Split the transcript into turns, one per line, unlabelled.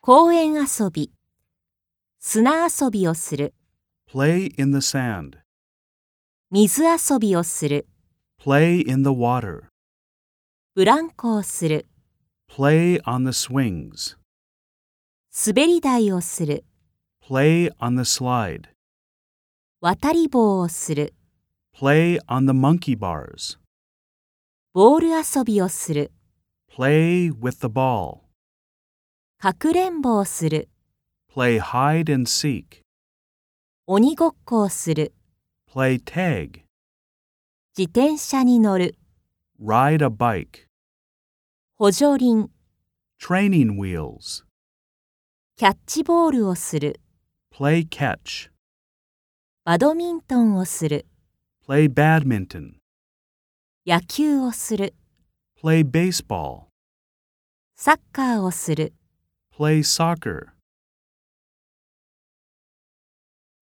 公園遊び、砂遊びをする、
Play in the sand.
水遊びをする、
Play in the water.
ブランコをする、
Play on the swings.
滑り台をする、
Play on the slide.
渡り棒をする、
Play on the monkey bars.
ボール遊びをする、
Play with the ball.
かくれんぼをする、
Play hide and seek.
鬼ごっこをする、
Play tag.
自転車に乗る、
Ride a bike.
補助輪、
Training wheels.
キャッチボールをする、
Play catch.
バドミントンをする、
Play badminton.
野球をする、
Play baseball.
サッカーをする。
Play soccer.